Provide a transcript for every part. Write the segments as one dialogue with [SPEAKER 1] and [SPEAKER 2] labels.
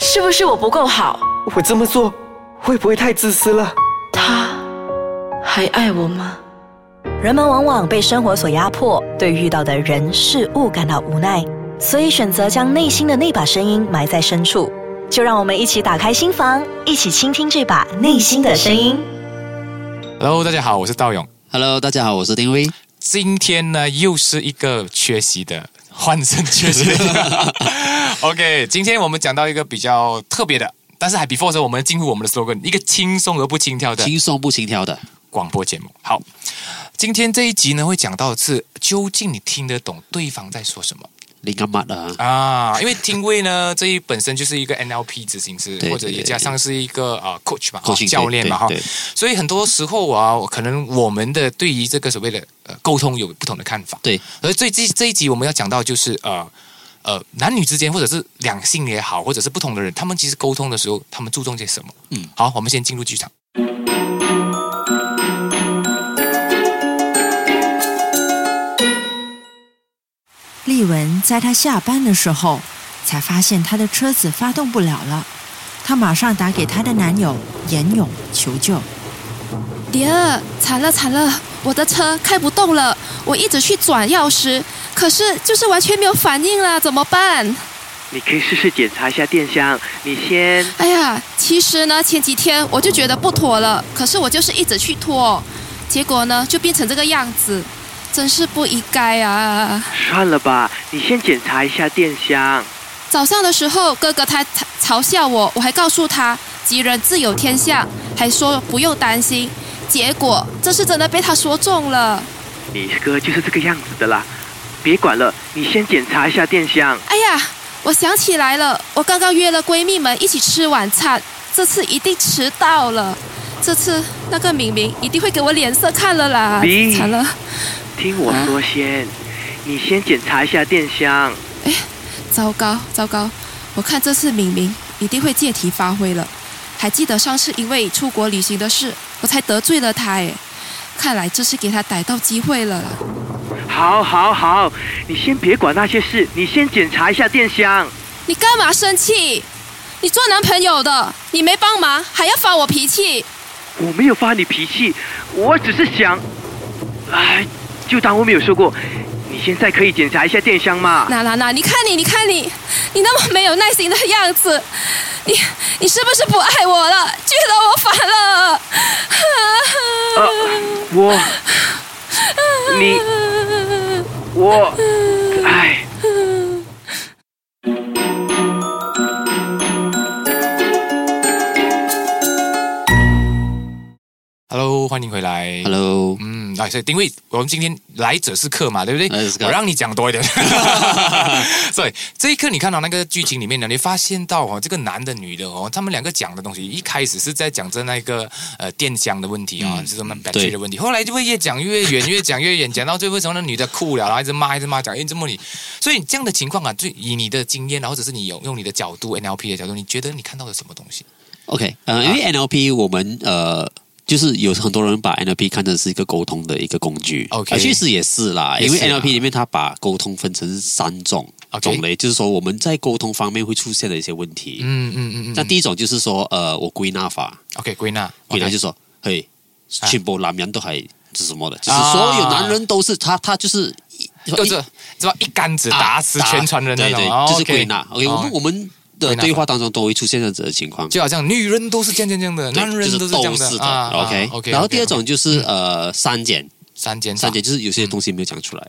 [SPEAKER 1] 是不是我不够好？
[SPEAKER 2] 我这么做会不会太自私了？
[SPEAKER 1] 他还爱我吗？
[SPEAKER 3] 人们往往被生活所压迫，对遇到的人事物感到无奈，所以选择将内心的那把声音埋在深处。就让我们一起打开心房，一起倾听这把内心的声音。
[SPEAKER 4] Hello，大家好，我是道勇。
[SPEAKER 5] Hello，大家好，我是丁威。
[SPEAKER 4] 今天呢，又是一个缺席的换身缺席的。OK，今天我们讲到一个比较特别的，但是还 before 的时候，我们进入我们的 slogan，一个轻松而不轻佻的
[SPEAKER 5] 轻松不轻佻的，
[SPEAKER 4] 广播节目。好，今天这一集呢，会讲到的是究竟你听得懂对方在说什么
[SPEAKER 5] 你干嘛的啊？
[SPEAKER 4] 啊？因为听位呢，这一本身就是一个 NLP 执行师，
[SPEAKER 5] 对
[SPEAKER 4] 或者也
[SPEAKER 5] 对
[SPEAKER 4] 加上是一个啊 coach 嘛，啊
[SPEAKER 5] coaching，
[SPEAKER 4] 教练嘛哈
[SPEAKER 5] 对对对。
[SPEAKER 4] 所以很多时候啊，我可能我们的对于这个所谓的呃沟通有不同的看法。
[SPEAKER 5] 对，
[SPEAKER 4] 而这这这一集我们要讲到就是呃呃男女之间，或者是两性也好，或者是不同的人，他们其实沟通的时候，他们注重些什么？
[SPEAKER 5] 嗯，
[SPEAKER 4] 好，我们先进入剧场。
[SPEAKER 6] 丽文在他下班的时候，才发现他的车子发动不了了。她马上打给她的男友严勇求救。
[SPEAKER 7] 迪儿，惨了惨了，呃我的车开不动了，我一直去转钥匙，可是就是完全没有反应啦，怎么办？
[SPEAKER 8] 你可以试试检查一下电箱。你先，
[SPEAKER 7] 哎呀，其实呢，前几天我就觉得不妥了，可是我就是一直去拖，结果呢就变成这个样子，真是不应该啊！
[SPEAKER 8] 算了吧，你先检查一下电箱。
[SPEAKER 7] 早上的时候，哥哥他嘲笑我，我还告诉他吉人自有天相，还说不用担心，结果这是真的被他说中了。
[SPEAKER 8] 你哥就是这个样子的啦，别管了，你先检查一下电箱。
[SPEAKER 7] 哎呀，我想起来了，我刚刚约了闺蜜们一起吃晚餐，这次一定迟到了。这次那个明明一定会给我脸色看了啦
[SPEAKER 8] 你，
[SPEAKER 7] 惨了，
[SPEAKER 8] 听我说先，你先检查一下电箱。
[SPEAKER 7] 糟糕糟糕！我看这次明明一定会借题发挥了。还记得上次因为出国旅行的事，我才得罪了他哎，看来这次给他逮到机会了啦。
[SPEAKER 8] 好，好，好，你先别管那些事，你先检查一下电箱。
[SPEAKER 7] 你干嘛生气？你做男朋友的，你没帮忙还要发我脾气，
[SPEAKER 8] 我没有发你脾气，我只是想，哎，就当我没有说过。你现在可以检查一下电箱吗？
[SPEAKER 7] 那那那，你看你，你看你，你那么没有耐心的样子，你你是不是不爱我了？觉得我烦了？
[SPEAKER 8] 呃，我，你，我，哎，
[SPEAKER 4] Hello，欢迎回来。
[SPEAKER 5] Hello，
[SPEAKER 4] 嗯，啊，所以因为我们今天来者是客嘛，对不
[SPEAKER 5] 来者是
[SPEAKER 4] 对？
[SPEAKER 5] 客
[SPEAKER 4] 我让你讲多一 点。 所以这一刻你看到那个剧情里面呢，你发现到哦，这个男的女的哦，他们两个讲的东西，一开始是在讲着那个呃电箱的问题啊，
[SPEAKER 5] 嗯
[SPEAKER 4] 就是什么 b a
[SPEAKER 5] 对
[SPEAKER 4] 的问题，后来就会越讲越远，越讲越远，讲到最后为什么那女的哭了，然后一直骂一直骂，讲哎怎么你，所以这样的情况啊，就以你的经验，然后或者是你有用你的角度 NLP 的角度，你觉得你看到了什么东西？
[SPEAKER 5] OK，呃，因
[SPEAKER 4] 啊
[SPEAKER 5] 为 NLP 我们呃，就是有很多人把 NLP 看成是一个沟通的一个一个工具。
[SPEAKER 4] OK
[SPEAKER 5] 呃其实也是啦，
[SPEAKER 4] 也
[SPEAKER 5] 因
[SPEAKER 4] 是
[SPEAKER 5] 为
[SPEAKER 4] 啦
[SPEAKER 5] NLP 里面它把沟通分成三种
[SPEAKER 4] OK
[SPEAKER 5] 种类，就是说我们在沟通方面会出现的一些问题。
[SPEAKER 4] 嗯嗯嗯嗯。
[SPEAKER 5] 那第一种就是说，呃，我归纳法，
[SPEAKER 4] OK 归纳，
[SPEAKER 5] 归纳
[SPEAKER 4] OK
[SPEAKER 5] 就是说，嘿，
[SPEAKER 4] 啊
[SPEAKER 5] 全部男人都还是什么的，就是
[SPEAKER 4] 啊
[SPEAKER 5] 所有男人都是他，他就是一
[SPEAKER 4] 就
[SPEAKER 5] 一
[SPEAKER 4] 是是吧？一竿子打死全船人那
[SPEAKER 5] 对
[SPEAKER 4] 种，哦
[SPEAKER 5] 啊对，就是
[SPEAKER 4] OK
[SPEAKER 5] 归纳。OK，我们
[SPEAKER 4] 哦
[SPEAKER 5] 我们
[SPEAKER 4] 归
[SPEAKER 5] 的
[SPEAKER 4] 纳
[SPEAKER 5] 对话当中都会出现这样子的情况，
[SPEAKER 4] 就好像女人都是这样这样这样的，
[SPEAKER 5] 对
[SPEAKER 4] 男人
[SPEAKER 5] 就
[SPEAKER 4] 都
[SPEAKER 5] 是
[SPEAKER 4] 这样
[SPEAKER 5] 是
[SPEAKER 4] 的啊嗯啊
[SPEAKER 5] OK
[SPEAKER 4] OK。
[SPEAKER 5] 然后第二种就是呃删减，
[SPEAKER 4] 三减
[SPEAKER 5] 删减就是有些东西没有讲出来，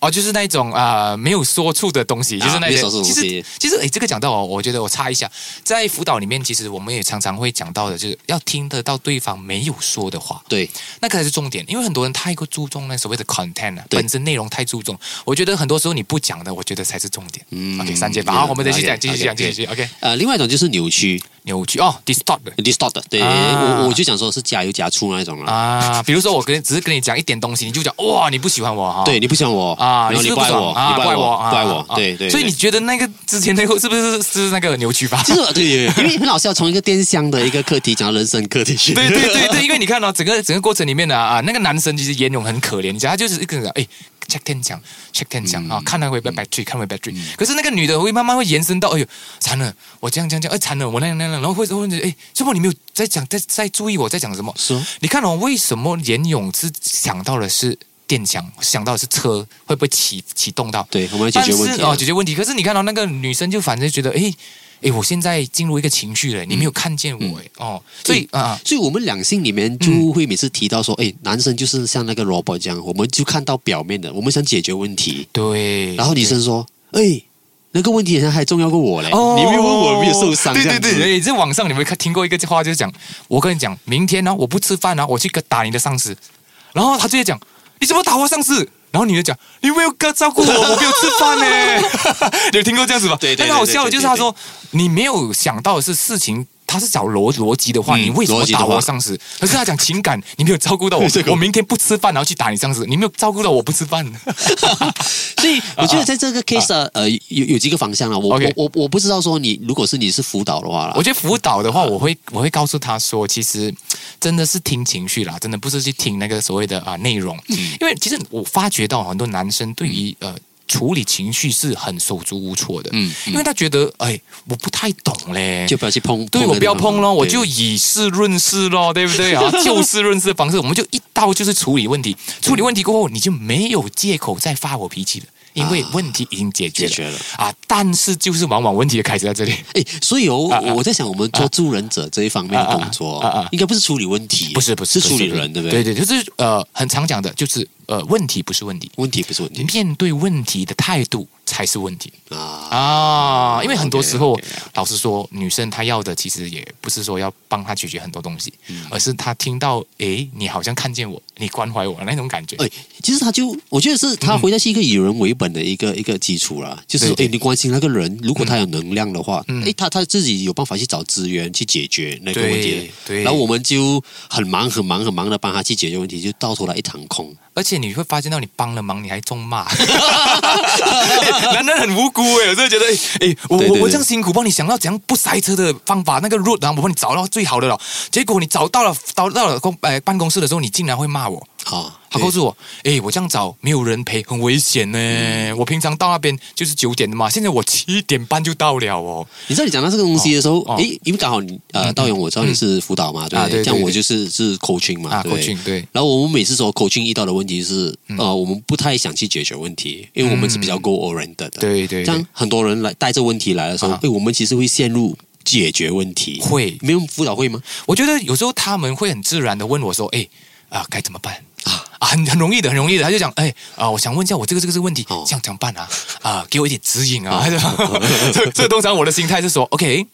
[SPEAKER 4] 哦，就是那一种啊、呃没有说出的东西，
[SPEAKER 5] 啊
[SPEAKER 4] 就是那
[SPEAKER 5] 没
[SPEAKER 4] 些。
[SPEAKER 5] 有说出的
[SPEAKER 4] 其
[SPEAKER 5] 东西
[SPEAKER 4] 实其实哎，这个讲到哦，我觉得我插一下，在辅导里面，其实我们也常常会讲到的，就是要听得到对方没有说的话，
[SPEAKER 5] 对，
[SPEAKER 4] 那个才是重点。因为很多人太过注重那所谓的 content 啊，
[SPEAKER 5] 对
[SPEAKER 4] 本身内容太注重，我觉得很多时候你不讲的，我觉得才是重点。
[SPEAKER 5] 嗯
[SPEAKER 4] OK，三减法，好，我们再去讲，
[SPEAKER 5] OK，
[SPEAKER 4] 继续讲，继
[SPEAKER 5] OK，
[SPEAKER 4] 续讲 OK，
[SPEAKER 5] 呃，另外一种就是扭曲
[SPEAKER 4] 扭曲哦，distort 的。
[SPEAKER 5] distort，的对，
[SPEAKER 4] 啊
[SPEAKER 5] 我我就想说是加油加醋那一种了。
[SPEAKER 4] 啊，比如说我跟只是跟你讲一点东西，你就讲哇，你不喜欢我哈。
[SPEAKER 5] 对你不喜欢我
[SPEAKER 4] 啊，
[SPEAKER 5] 然后
[SPEAKER 4] 是
[SPEAKER 5] 你
[SPEAKER 4] 不
[SPEAKER 5] 不
[SPEAKER 4] 是
[SPEAKER 5] 爱
[SPEAKER 4] 爽
[SPEAKER 5] 我，
[SPEAKER 4] 啊，
[SPEAKER 5] 你不爱
[SPEAKER 4] 怪
[SPEAKER 5] 我，
[SPEAKER 4] 啊
[SPEAKER 5] 不爱我
[SPEAKER 4] 啊，啊
[SPEAKER 5] 对对。
[SPEAKER 4] 所以
[SPEAKER 5] 对
[SPEAKER 4] 你觉得那个之前那个是不是 是那个扭曲法？
[SPEAKER 5] 就是对，因为很好笑，从一个电箱的一个课题讲到人生课题 学。
[SPEAKER 4] 对哦 啊对对对，因为你看到、整个整个过程里面呢啊，那个男生其实严勇很可怜，你讲他就是一个人哎， check 天讲 check 天
[SPEAKER 5] 嗯
[SPEAKER 4] 讲啊，看他会不会 battery，看会不会 battery。可是那个女的会慢慢会延伸到，哎呦，惨了，我这样这样这样，哎，惨了，我那样那样，那样然后会会问你，哎，怎么你没有在讲，在在注意我在讲什么？
[SPEAKER 5] 是哦
[SPEAKER 4] 你看哦，为什么严勇是想到的是电箱，想到的是车会不会启启动到？
[SPEAKER 5] 对，我们要解决问
[SPEAKER 4] 但
[SPEAKER 5] 题
[SPEAKER 4] 是
[SPEAKER 5] 啊
[SPEAKER 4] 哦，解决问题。可是你看到、那个女生就反正觉得，哎哎，我现在进入一个情绪了，你没有看见我，哎、哦，
[SPEAKER 5] 嗯
[SPEAKER 4] 所以啊啊，
[SPEAKER 5] 所以我们两性里面就
[SPEAKER 4] 嗯
[SPEAKER 5] 会每次提到说，哎、男生就是像那个 robot 这样，我们就看到表面的，我们想解决问题，
[SPEAKER 4] 对，
[SPEAKER 5] 然后女生说，哎，那个问题好像还重要过我嘞，
[SPEAKER 4] 哦，
[SPEAKER 5] 你没有问我有没有受伤，
[SPEAKER 4] 对
[SPEAKER 5] 这
[SPEAKER 4] 对
[SPEAKER 5] 样子
[SPEAKER 4] 对，哎，在网上你们看听过一个话，就是讲，我跟你讲，明天呢、我不吃饭啊，我去打你的上司，然后他就会讲，你怎么打我上司？然后女的讲，你没有照顾我，我没有吃饭呢。 你有听过这样子吧？
[SPEAKER 5] 对对对
[SPEAKER 4] 但是好笑的
[SPEAKER 5] 对对
[SPEAKER 4] 就是他说，你没有想到的是事情。他是找逻逻辑的话，
[SPEAKER 5] 嗯
[SPEAKER 4] 你为什么
[SPEAKER 5] 逻辑的
[SPEAKER 4] 打
[SPEAKER 5] 话
[SPEAKER 4] 我上司？可是他讲情感，你没有照顾到我
[SPEAKER 5] 这，个
[SPEAKER 4] 我明天不吃饭，然后去打你上司，你没有照顾到我不吃饭。
[SPEAKER 5] 所以我觉得在这个 case 啊呃，有有几个方向了。我
[SPEAKER 4] OK
[SPEAKER 5] 我我我不知道说你如果是你是辅导的话啦，
[SPEAKER 4] 我觉得辅导的话，我会我会告诉他说，其实真的是听情绪啦，真的不是去听那个所谓的啊、内容，
[SPEAKER 5] 嗯
[SPEAKER 4] 因为其实我发觉到很多男生对于呃。处理情绪是很手足无措的，
[SPEAKER 5] 嗯嗯
[SPEAKER 4] 因为他觉得，哎，我不太懂嘞，
[SPEAKER 5] 就不要去碰，
[SPEAKER 4] 对我不要碰咯，我就
[SPEAKER 5] 对
[SPEAKER 4] 以事论事咯，对不 对啊？就事论事的方式，我们就一刀就是处理问题。
[SPEAKER 5] 嗯
[SPEAKER 4] 处理问题过后，你就没有借口再发我脾气了，因为
[SPEAKER 5] 啊
[SPEAKER 4] 问题已经解决了
[SPEAKER 5] 解决了
[SPEAKER 4] 啊。但是就是往往问题的开始在这里，
[SPEAKER 5] 哎，所以哦
[SPEAKER 4] 啊啊，
[SPEAKER 5] 我在想我们做助人者这一方面的工
[SPEAKER 4] 啊啊啊啊
[SPEAKER 5] 作
[SPEAKER 4] 啊，
[SPEAKER 5] 应该不是处理问题，
[SPEAKER 4] 不是不是
[SPEAKER 5] 是处理人，对不
[SPEAKER 4] 对
[SPEAKER 5] 对？
[SPEAKER 4] 对，就是呃，很常讲的，就是呃，问题不是问题，
[SPEAKER 5] 问题不是问题
[SPEAKER 4] 面对问题的态度才是问题
[SPEAKER 5] 啊，
[SPEAKER 4] 啊。因为很多时候
[SPEAKER 5] OK，OK，
[SPEAKER 4] 老实说，女生她要的其实也不是说要帮她解决很多东西，而是她听到诶，你好像看见我，你关怀我那种感觉。
[SPEAKER 5] 哎，其实他就，我觉得是他回到是一个以人为本的一个、一个基础啦，就
[SPEAKER 4] 嗯
[SPEAKER 5] 是
[SPEAKER 4] 对对
[SPEAKER 5] 哎，你关心那个人，如果他有能量的话，
[SPEAKER 4] 嗯
[SPEAKER 5] 哎，他他自己有办法去找资源去解决那个问题
[SPEAKER 4] 对，对
[SPEAKER 5] 然后我们就很忙很忙很忙的帮他去解决问题，就到头来一场空。
[SPEAKER 4] 而且你会发现到你帮了忙，你还中骂， 男人很无辜哎、我真的觉得哎、哎我
[SPEAKER 5] 对对
[SPEAKER 4] 我
[SPEAKER 5] 对
[SPEAKER 4] 我这样辛苦帮你想到怎样不塞车的方法，那个 road，然后我帮你找到最好的了，结果你找到了找到了公呃办公室的时候，你竟然会骂我。
[SPEAKER 5] 啊，
[SPEAKER 4] 他
[SPEAKER 5] 对
[SPEAKER 4] 告诉我，哎，我这样找没有人陪，很危险呢、我平常到那边就是九点的嘛，现在我七点半就到了哦。
[SPEAKER 5] 你知道你讲到这个东西的时候，
[SPEAKER 4] 哦哦嗯
[SPEAKER 5] 诶，因为刚好你呃，道勇，我知道你是辅导嘛，对不
[SPEAKER 4] 啊对
[SPEAKER 5] 对？
[SPEAKER 4] 对
[SPEAKER 5] 这样我就是是 coaching 嘛，
[SPEAKER 4] 啊
[SPEAKER 5] 对不对
[SPEAKER 4] coaching，对嗯
[SPEAKER 5] 然后我们每次说 coaching 遇到的问题是，呃，我们不太想去解决问题，因为我们是比较 goal oriented 的。
[SPEAKER 4] 对对对
[SPEAKER 5] 这样很多人来带着问题来的时候，
[SPEAKER 4] 啊
[SPEAKER 5] 诶，我们其实会陷入解决问题。
[SPEAKER 4] 会
[SPEAKER 5] 没有辅导会吗？
[SPEAKER 4] 我觉得有时候他们会很自然的问我说：“哎，啊，该怎么办？”啊，很很容易的，很容易的，他就讲，哎，啊，我想问一下，我这个这个这个问题，
[SPEAKER 5] 哦
[SPEAKER 4] 这样怎么办啊？啊，给我一点指引啊！ 这这通常我的心态是说，OK，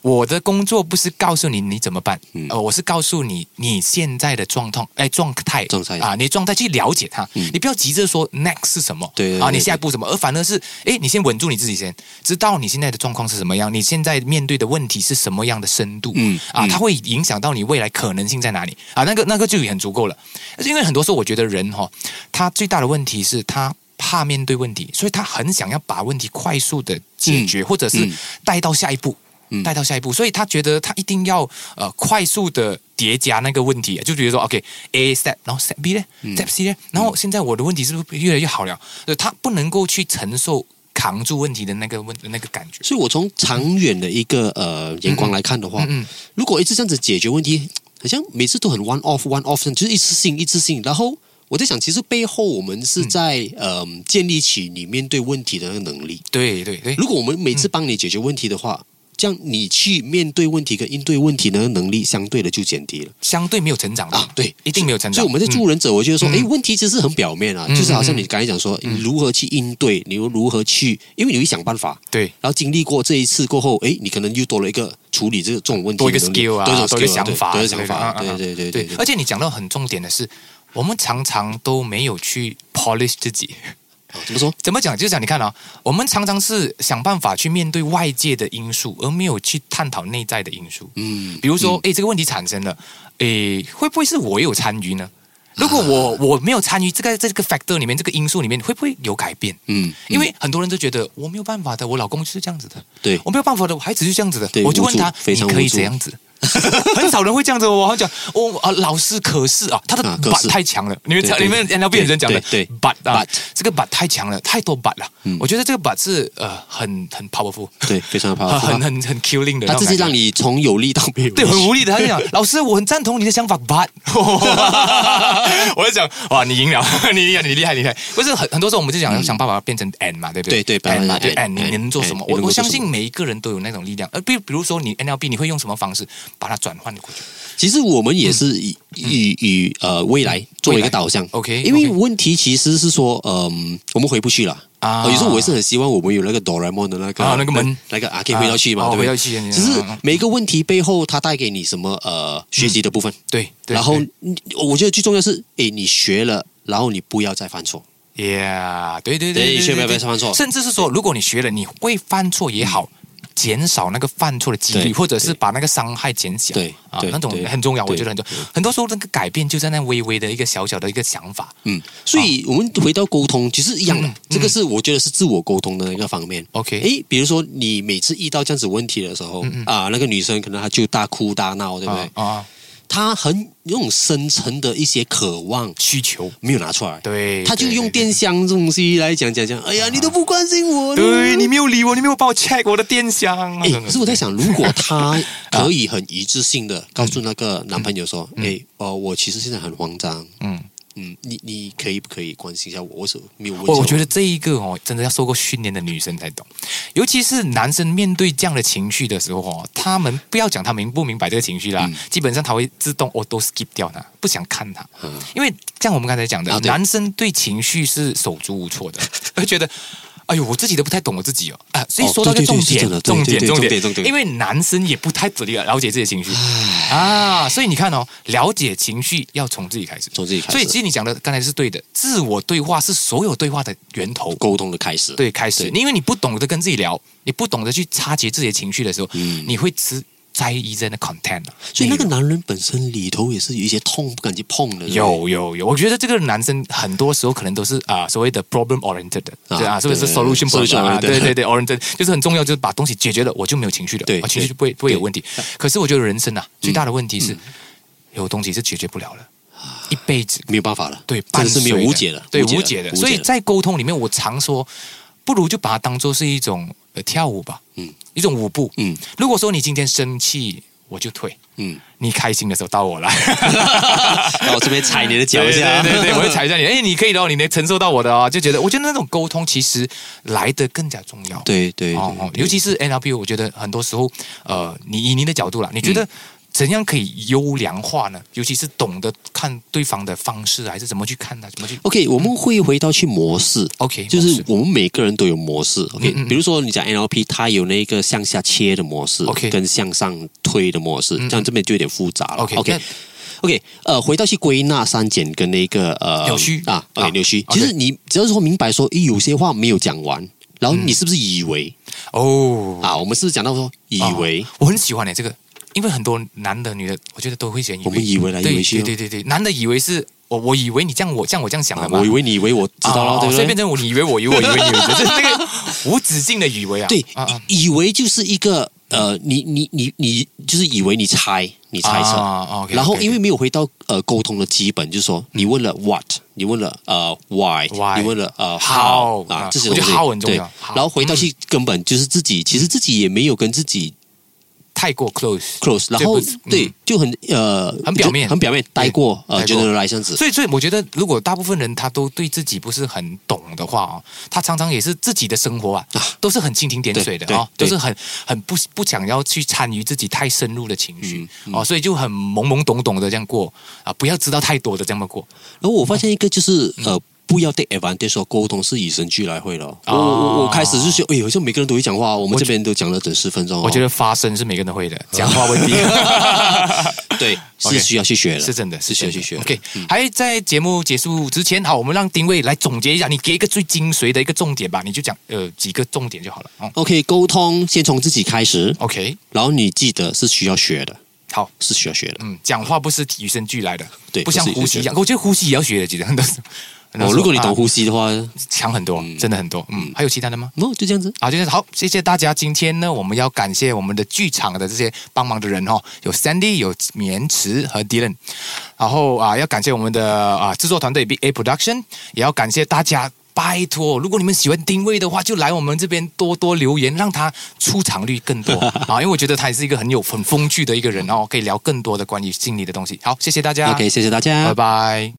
[SPEAKER 4] 我的工作不是告诉你你怎么办，
[SPEAKER 5] 嗯
[SPEAKER 4] 呃，我是告诉你你现在的状况，哎，状态，
[SPEAKER 5] 状态嗯
[SPEAKER 4] 啊，你状态去了解它，你不要急着说 next 是什么，
[SPEAKER 5] 对对
[SPEAKER 4] 啊，
[SPEAKER 5] 对
[SPEAKER 4] 你下一步什么，而反而是，哎，你先稳住你自己先，知道你现在的状况是什么样，你现在面对的问题是什么样的深度，
[SPEAKER 5] 嗯
[SPEAKER 4] 啊，
[SPEAKER 5] 嗯
[SPEAKER 4] 它会影响到你未来可能性在哪里啊，那个那个就已很足够了。因为很多时候我觉得人哈、他最大的问题是他怕面对问题，所以他很想要把问题快速的解决，或者是
[SPEAKER 5] 嗯
[SPEAKER 4] 带到下一步。
[SPEAKER 5] 嗯
[SPEAKER 4] 带到下一步，所以他觉得他一定要呃快速的叠加那个问题，就比如说 OK A step，然后 step B 呢、s
[SPEAKER 5] 嗯
[SPEAKER 4] t e p C 呢，然后现在我的问题是不是越来越好了？呃他不能够去承受扛住问题的那个问那个感觉。
[SPEAKER 5] 所以我从长远的一个呃眼光来看的话，
[SPEAKER 4] 嗯嗯
[SPEAKER 5] 如果一直这样子解决问题，好像每次都很 one off one off，就是一次性一次性。然后我在想，其实背后我们是在嗯、呃建立起你面对问题的那个能力。
[SPEAKER 4] 对对对，
[SPEAKER 5] 如果我们每次帮你解决问题的话，这样你去面对问题跟应对问题的那个能力相对的就减低了。
[SPEAKER 4] 相对没有成长的
[SPEAKER 5] 啊，对，
[SPEAKER 4] 一定没有成长。
[SPEAKER 5] 所以我们在
[SPEAKER 4] 嗯
[SPEAKER 5] 助人者，我觉得说，
[SPEAKER 4] 嗯
[SPEAKER 5] 哎、问题其实很表面啊，就是好像你刚才讲说，你如何去应对，你又如何去，因为你会想办法，
[SPEAKER 4] 对
[SPEAKER 5] 然后经历过这一次过后，哎，你可能又多了一个处理这个这种问题
[SPEAKER 4] 多一个
[SPEAKER 5] 的能力
[SPEAKER 4] skill 啊，
[SPEAKER 5] 多一种
[SPEAKER 4] 多一个
[SPEAKER 5] skill
[SPEAKER 4] 想法，
[SPEAKER 5] 多一个想法，
[SPEAKER 4] 之类
[SPEAKER 5] 对
[SPEAKER 4] 的啊
[SPEAKER 5] 对对
[SPEAKER 4] 对
[SPEAKER 5] 对对。
[SPEAKER 4] 而且你讲到很重点的是，我们常常都没有去 polish 自己。
[SPEAKER 5] 哦怎么说？
[SPEAKER 4] 怎么讲？就是讲，你看啊，我们常常是想办法去面对外界的因素，而没有去探讨内在的因素。
[SPEAKER 5] 嗯，
[SPEAKER 4] 比如说，哎、这个问题产生了，哎，会不会是我有参与呢？如果我我没有参与这个这个 factor 里面这个因素里面，会不会有改变？
[SPEAKER 5] 嗯，
[SPEAKER 4] 因为很多人都觉得我没有办法的，我老公就是这样子的，
[SPEAKER 5] 对
[SPEAKER 4] 我没有办法的，我孩子就这样子的
[SPEAKER 5] 对，
[SPEAKER 4] 我就问他
[SPEAKER 5] 无助，非
[SPEAKER 4] 你
[SPEAKER 5] 常
[SPEAKER 4] 可以
[SPEAKER 5] 无助
[SPEAKER 4] 怎样子？ 很少人会这样子哦。我好像讲哦啊，老师可是 啊，他的
[SPEAKER 5] 啊
[SPEAKER 4] but
[SPEAKER 5] 可是
[SPEAKER 4] 太强了。你们讲
[SPEAKER 5] 对
[SPEAKER 4] 你们
[SPEAKER 5] 对
[SPEAKER 4] NLP
[SPEAKER 5] 对
[SPEAKER 4] 人讲的
[SPEAKER 5] 对对
[SPEAKER 4] but 啊
[SPEAKER 5] but，嗯
[SPEAKER 4] 这个 but 太强了，太多 but 了。我觉得这个 but 是呃很很 powerful，
[SPEAKER 5] 对，非 常的 powerful
[SPEAKER 4] 很很很 killing 的那
[SPEAKER 5] 他
[SPEAKER 4] 种感觉，
[SPEAKER 5] 自己让你从有力到没有力，
[SPEAKER 4] 对，很无力的。他就 讲：“老师，我很赞同你的想法，but 。” 我就讲：“哇，你赢了， 你厉害，你厉害，你厉害。”不是很很多时候我们就讲想办法变成 and 嘛，对嗯不对？
[SPEAKER 5] 对对把它
[SPEAKER 4] and 嘛，对
[SPEAKER 5] and，
[SPEAKER 4] and 你能做
[SPEAKER 5] and，
[SPEAKER 4] 什么？
[SPEAKER 5] 你
[SPEAKER 4] 我
[SPEAKER 5] 能
[SPEAKER 4] 我
[SPEAKER 5] 够做
[SPEAKER 4] 相
[SPEAKER 5] 什
[SPEAKER 4] 信
[SPEAKER 5] 么
[SPEAKER 4] 每一个人都有那种力量。呃，比比如说你 NLP，你会用什么方式把它转换过去？
[SPEAKER 5] 其实我们也是以、以以呃未来作为一个导向
[SPEAKER 4] 嗯 OK，
[SPEAKER 5] 因为
[SPEAKER 4] OK
[SPEAKER 5] 问题其实是说，嗯，我们回不去了
[SPEAKER 4] 啊
[SPEAKER 5] 呃有时候我也是很希望我们有那个哆啦 A 梦的那个
[SPEAKER 4] 啊那个门
[SPEAKER 5] 那个啊，可以回到去嘛，
[SPEAKER 4] 啊
[SPEAKER 5] 对不
[SPEAKER 4] 哦回
[SPEAKER 5] 对？
[SPEAKER 4] 到去
[SPEAKER 5] 只是
[SPEAKER 4] 嗯嗯
[SPEAKER 5] 每一个问题背后它带给你什么呃学习的部分，
[SPEAKER 4] 对，嗯对
[SPEAKER 5] 然后
[SPEAKER 4] 对
[SPEAKER 5] 你我觉得最重要是，诶，你学了，然后你不要再犯错。
[SPEAKER 4] ，Yeah，对对
[SPEAKER 5] 对
[SPEAKER 4] 对，
[SPEAKER 5] 千
[SPEAKER 4] 对
[SPEAKER 5] 万不要犯错嗯
[SPEAKER 4] 甚至是说，如果你学了，你会犯错也好。减少那个犯错的几率，
[SPEAKER 5] 对
[SPEAKER 4] 或者是
[SPEAKER 5] 对
[SPEAKER 4] 把那个伤害减小，
[SPEAKER 5] 对
[SPEAKER 4] 啊
[SPEAKER 5] 对，
[SPEAKER 4] 那种
[SPEAKER 5] 对
[SPEAKER 4] 很重要，我
[SPEAKER 5] 对
[SPEAKER 4] 觉得很重要。很多时候那个改变就在那微微的一个小小的一个想法，
[SPEAKER 5] 嗯，所以我们回到沟通，其实一样的，
[SPEAKER 4] 哦嗯
[SPEAKER 5] 这个是我觉得是自我沟通的一个方面。
[SPEAKER 4] OK 嗯
[SPEAKER 5] 诶，比如说你每次遇到这样子问题的时候，啊，那个女生可能她就大哭大闹，对不对？
[SPEAKER 4] 啊啊，
[SPEAKER 5] 她很有种深层的一些渴望
[SPEAKER 4] 需求，
[SPEAKER 5] 没有拿出来，
[SPEAKER 4] 对
[SPEAKER 5] 她就
[SPEAKER 4] 对
[SPEAKER 5] 用
[SPEAKER 4] 对对
[SPEAKER 5] 电箱这种东西来讲讲讲，哎呀，你都不关心我，
[SPEAKER 4] 对你没有理我，你没有帮我 check 我的电箱。
[SPEAKER 5] 哎，可是我在想，如果她可以很一致性的告诉那个男朋友说，哎，哦，我其实现在很慌张，
[SPEAKER 4] 嗯，
[SPEAKER 5] 嗯，你你可以不可以关心一下我？我是没有问题。
[SPEAKER 4] 我我觉得这一个哦，真的要受过训练的女生才懂，尤其是男生面对这样的情绪的时候哦，他们不要讲他明不明白这个情绪啦，
[SPEAKER 5] 嗯
[SPEAKER 4] 基本上他会自动 auto skip 掉它，不想看它，因为像我们刚才讲的，
[SPEAKER 5] 嗯啊对
[SPEAKER 4] 男生对情绪是手足无措的， 会觉得。哎呦，我自己都不太懂我自己哦，啊，所以
[SPEAKER 5] 哦
[SPEAKER 4] 说到一个
[SPEAKER 5] 对对
[SPEAKER 4] 重
[SPEAKER 5] 对
[SPEAKER 4] 点
[SPEAKER 5] 是真，的对
[SPEAKER 4] 重点，
[SPEAKER 5] 对对
[SPEAKER 4] 重
[SPEAKER 5] 重
[SPEAKER 4] 点，
[SPEAKER 5] 点重点
[SPEAKER 4] 因为男生也不太了解自己的情绪啊，所以你看哦，了解情绪要从自己开始，
[SPEAKER 5] 从自己开始
[SPEAKER 4] 所以其实你讲的刚才是对的，自我对话是所有对话的源头。
[SPEAKER 5] 沟通的开始。
[SPEAKER 4] 对，开始，
[SPEAKER 5] 对
[SPEAKER 4] 你因为你不懂得跟自己聊，你不懂得去察觉自己的情绪的时候，你会只在意真的 content 啊。
[SPEAKER 5] 嗯所以那个
[SPEAKER 4] 内容
[SPEAKER 5] 男人本身里头也是有一些痛不敢去碰的。对不对
[SPEAKER 4] 有有有，我觉得这个男生很多时候可能都是啊、所谓的 problem oriented 的，
[SPEAKER 5] 啊
[SPEAKER 4] 对啊，是不是
[SPEAKER 5] 对
[SPEAKER 4] solution problem
[SPEAKER 5] solution
[SPEAKER 4] 啊？
[SPEAKER 5] oriented
[SPEAKER 4] 对对对，oriented 就是很重要，就是把东西解决了，我就没有情绪了，
[SPEAKER 5] 对
[SPEAKER 4] 啊情绪
[SPEAKER 5] 对
[SPEAKER 4] 就不会不会有
[SPEAKER 5] 对嗯
[SPEAKER 4] 问题。可是我觉得人生啊，最大的问题是有东西是解决不了了，一辈子
[SPEAKER 5] 没有办法了，
[SPEAKER 4] 对，
[SPEAKER 5] 真
[SPEAKER 4] 伴
[SPEAKER 5] 的是没有
[SPEAKER 4] 随的
[SPEAKER 5] 无解了，
[SPEAKER 4] 对
[SPEAKER 5] 无
[SPEAKER 4] 无
[SPEAKER 5] 解
[SPEAKER 4] 解的。
[SPEAKER 5] 了无解
[SPEAKER 4] 所以
[SPEAKER 5] 了
[SPEAKER 4] 在沟通里面，我常说，不如就把它当做是一种呃跳舞吧，
[SPEAKER 5] 嗯
[SPEAKER 4] 一种舞步。
[SPEAKER 5] 嗯
[SPEAKER 4] 如果说你今天生气，我就退；
[SPEAKER 5] 嗯，
[SPEAKER 4] 你开心的时候到 我来，
[SPEAKER 5] 然后这边踩你的脚一
[SPEAKER 4] 对
[SPEAKER 5] 下，
[SPEAKER 4] 对对对，我会踩一下你。哎，你可以的哦，你能承受到我的哦，就觉得我觉得那种沟通其实来的更加重要。
[SPEAKER 5] 对对
[SPEAKER 4] 哦
[SPEAKER 5] 对
[SPEAKER 4] 哦，尤其是 NLP，我觉得很多时候，呃，你以你的角度啦，你觉
[SPEAKER 5] 嗯
[SPEAKER 4] 得怎样可以优良化呢？尤其是懂得看对方的方式，还是怎么去看他，怎么去
[SPEAKER 5] OK，我们会回到去模式。
[SPEAKER 4] OK，
[SPEAKER 5] 就是我们每个人都有模式，OK，
[SPEAKER 4] 嗯嗯
[SPEAKER 5] 比如说你讲 NLP，它有那个向下切的模式
[SPEAKER 4] OK 嗯
[SPEAKER 5] 跟向上推的模式，这样这边就有点复杂了
[SPEAKER 4] OK，
[SPEAKER 5] OK，
[SPEAKER 4] 那
[SPEAKER 5] OK，呃，回到去归纳删减跟那个呃
[SPEAKER 4] 扭曲
[SPEAKER 5] 啊
[SPEAKER 4] 啊
[SPEAKER 5] ，OK 扭曲。
[SPEAKER 4] OK
[SPEAKER 5] 其实你只要说明白说，诶，有些话没有讲完，然
[SPEAKER 4] 嗯
[SPEAKER 5] 后你是不是以为
[SPEAKER 4] 哦，
[SPEAKER 5] 啊？我们是不是讲到说以为
[SPEAKER 4] 哦我很喜欢哎、这个，因为很多男的女的，我觉得都会选以为，
[SPEAKER 5] 我们以为来
[SPEAKER 4] 对
[SPEAKER 5] 以为去哦
[SPEAKER 4] 对对对对，男的以为是我，我以为你这样，我这样我这样想
[SPEAKER 5] 啊
[SPEAKER 4] 的嘛，
[SPEAKER 5] 我以为你以为我知道
[SPEAKER 4] 哦
[SPEAKER 5] 了，对不
[SPEAKER 4] 所以
[SPEAKER 5] 对
[SPEAKER 4] 变？成我你以为我以为我以为 你以为，就是那个无止境的以为啊，
[SPEAKER 5] 对
[SPEAKER 4] 啊啊，
[SPEAKER 5] 以以为就是一个呃，你你你你就是以为你猜，你猜测，
[SPEAKER 4] 啊啊，OK，
[SPEAKER 5] 然后
[SPEAKER 4] OK，
[SPEAKER 5] 因为没有回到呃沟通的基本，就是说你问了 what，你问了呃 why，
[SPEAKER 4] Why
[SPEAKER 5] 你问了呃
[SPEAKER 4] How，
[SPEAKER 5] 啊
[SPEAKER 4] 啊
[SPEAKER 5] 这些
[SPEAKER 4] 我
[SPEAKER 5] 东
[SPEAKER 4] 觉
[SPEAKER 5] 西
[SPEAKER 4] 得 how 很重要
[SPEAKER 5] 对
[SPEAKER 4] how 嗯
[SPEAKER 5] 然后回到去根本就是自己，其实自己也没有跟自己
[SPEAKER 4] 太过 close。
[SPEAKER 5] close，然
[SPEAKER 4] 这
[SPEAKER 5] 后
[SPEAKER 4] 不是嗯
[SPEAKER 5] 对就很呃
[SPEAKER 4] 很表面
[SPEAKER 5] 就很表面待过呃
[SPEAKER 4] 待过
[SPEAKER 5] generalize 这样子，
[SPEAKER 4] 所以，所以我觉得，如果大部分人他都对自己不是很懂的话哦，他常常也是自己的生活啊，都是很蜻蜓点水的
[SPEAKER 5] 对
[SPEAKER 4] 哦，都
[SPEAKER 5] 对
[SPEAKER 4] 是很很不不想要去参与自己太深入的情绪、哦，所以就很懵懵懂懂的这样过啊，不要知道太多的这么过。
[SPEAKER 5] 然后我发现一个就是、呃。不要 take advantage 说沟通是与生俱来会了。我我我开始就觉得，哎呦，好像每个人都会讲话，啊我们这边都讲了整十分钟哦、
[SPEAKER 4] 我觉 得发声是每个人都会的，讲话问题。
[SPEAKER 5] 对，是
[SPEAKER 4] OK
[SPEAKER 5] 需要去学的，
[SPEAKER 4] 是真的，是嗯
[SPEAKER 5] 需
[SPEAKER 4] 真
[SPEAKER 5] 要
[SPEAKER 4] 的
[SPEAKER 5] 去学的。
[SPEAKER 4] OK，、还在节目结束之前，好，我们让丁卫来总结一下，你给一个最精髓的一个重点吧，你就讲呃几个重点就好了。嗯
[SPEAKER 5] OK，沟通先从自己开始，
[SPEAKER 4] ，OK，
[SPEAKER 5] 然后你记得是需要学的，
[SPEAKER 4] 好，
[SPEAKER 5] 是需要学的。
[SPEAKER 4] 嗯，讲话不是与生俱来的，
[SPEAKER 5] 对
[SPEAKER 4] 不像
[SPEAKER 5] 不是与
[SPEAKER 4] 呼
[SPEAKER 5] 生
[SPEAKER 4] 吸一
[SPEAKER 5] 俱来
[SPEAKER 4] 样，我觉得呼吸也要学的，其实很多时候。 啊
[SPEAKER 5] 哦，如果你懂呼吸的话，
[SPEAKER 4] 强很多，
[SPEAKER 5] 嗯
[SPEAKER 4] 真的很多。嗯，还有其他的吗？
[SPEAKER 5] no 就这样子。
[SPEAKER 4] 好，啊就是好，谢谢大家。今天呢，我们要感谢我们的剧场的这些帮忙的人哦，有 Sandy，有棉池和 Dylan，然后啊，要感谢我们的啊制作团队 B A Production，也要感谢大家。拜托，如果你们喜欢丁位的话，就来我们这边多多留言，让他出场率更多啊！因为我觉得他也是一个很有
[SPEAKER 5] 啊
[SPEAKER 4] 很风趣的一个人哦，可以聊更多的关于心理的东西。好，谢谢大家
[SPEAKER 5] OK，谢谢大家，
[SPEAKER 4] 拜拜。